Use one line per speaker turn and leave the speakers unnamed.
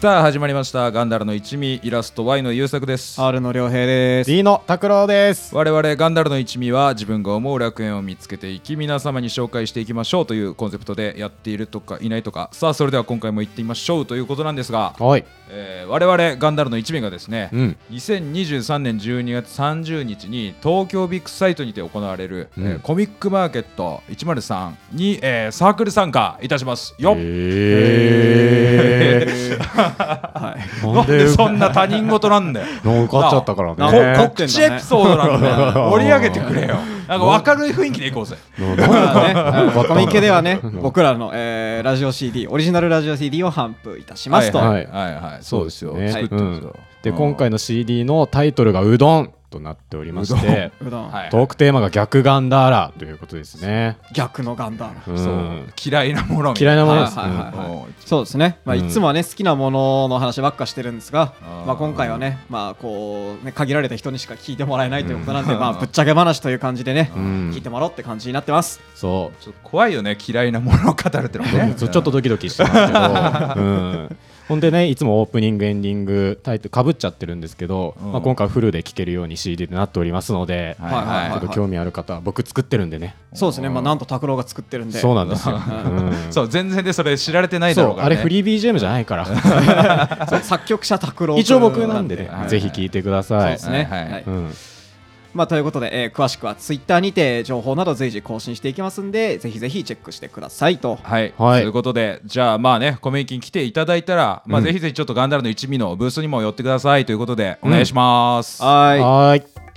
さあ始まりましたガンダルの一味イラスト Y の優作です
R の良平です。
D の拓郎です。
我々ガンダルの一味は自分が思う楽園を見つけていき皆様に紹介していきましょうというコンセプトでやっているとかいないとかさあそれでは今回も行ってみましょうということなんですが、
はい。
えー我々ガンダルの一味がですね、
うん。
2023年12月30日に東京ビッグサイトにて行われる、
うん
えーコミックマーケット103に、えーサークル参加いたしますよっ、
え
はい。
ー。
なんでそんな他人事なんだよ
の受かっちゃったから
な
こ
ん
ね。
か
告知エピソードなんだよ 盛り上げてくれよなんか明るい雰囲気でいこうぜ
な
まあね、コミケではね
ん、
僕らの、えーラジオ CD、オリジナルラジオ CD を頒布いたしますと。
は
はいい
はいはい
そうですよね。
作ってます
うん
よ
で、今回の CD のタイトルがうどんとなっておりまして、
うどん、
はい
トークテーマが逆ガンダーラということですね。
逆のガンダーラ。
う。
そうん嫌いなものみた
嫌いなものです。う
はいはい
ん
はいはい
うん
そうですね、まあ、
う
い
ん
つもはね、好きなものの話ばっかしてるんですが、
あー
まあ、今回はね,、まあこうね限られた人にしか聞いてもらえないということなんで、
うん
まあ、ぶっちゃけ話という感じでね、
うん
聞いてもらおうって感じになってます。
そう。
ちょっと怖いよね嫌いなものを語るってのはね
ちょっとドキドキしてます けど、うん、ほんでねいつもオープニングエンディングタイトルかぶっちゃってるんですけど、
うん
まあ、今回フルで聴けるように CD となっておりますので、
はいはい
ちょ
は
っと興味ある方は僕作ってるんでね、
そうですね、まあ、なんと拓郎が作ってるんで、
そうなんですよ、
い
そ
そう全然でそれ知られてな
う
いだろうから
あ
ね
れフリー BGM じゃないから
そう作曲者拓郎
一応僕なんでね、
はいはい
ぜひ聴いてくだ
そう
さい
で。すね、
はいはい
はい
うん
まあ、ということで、えー詳しくはツイッターにて情報など随時更新していきますんでぜひぜひチェックしてくださいと
はい、
はい
ということでじゃあまあねコミュニティに来ていただいたら、まあ
うん
ぜひぜひちょっとガンダルの一味のブースにも寄ってくださいということでお願いします、
はーい
はーい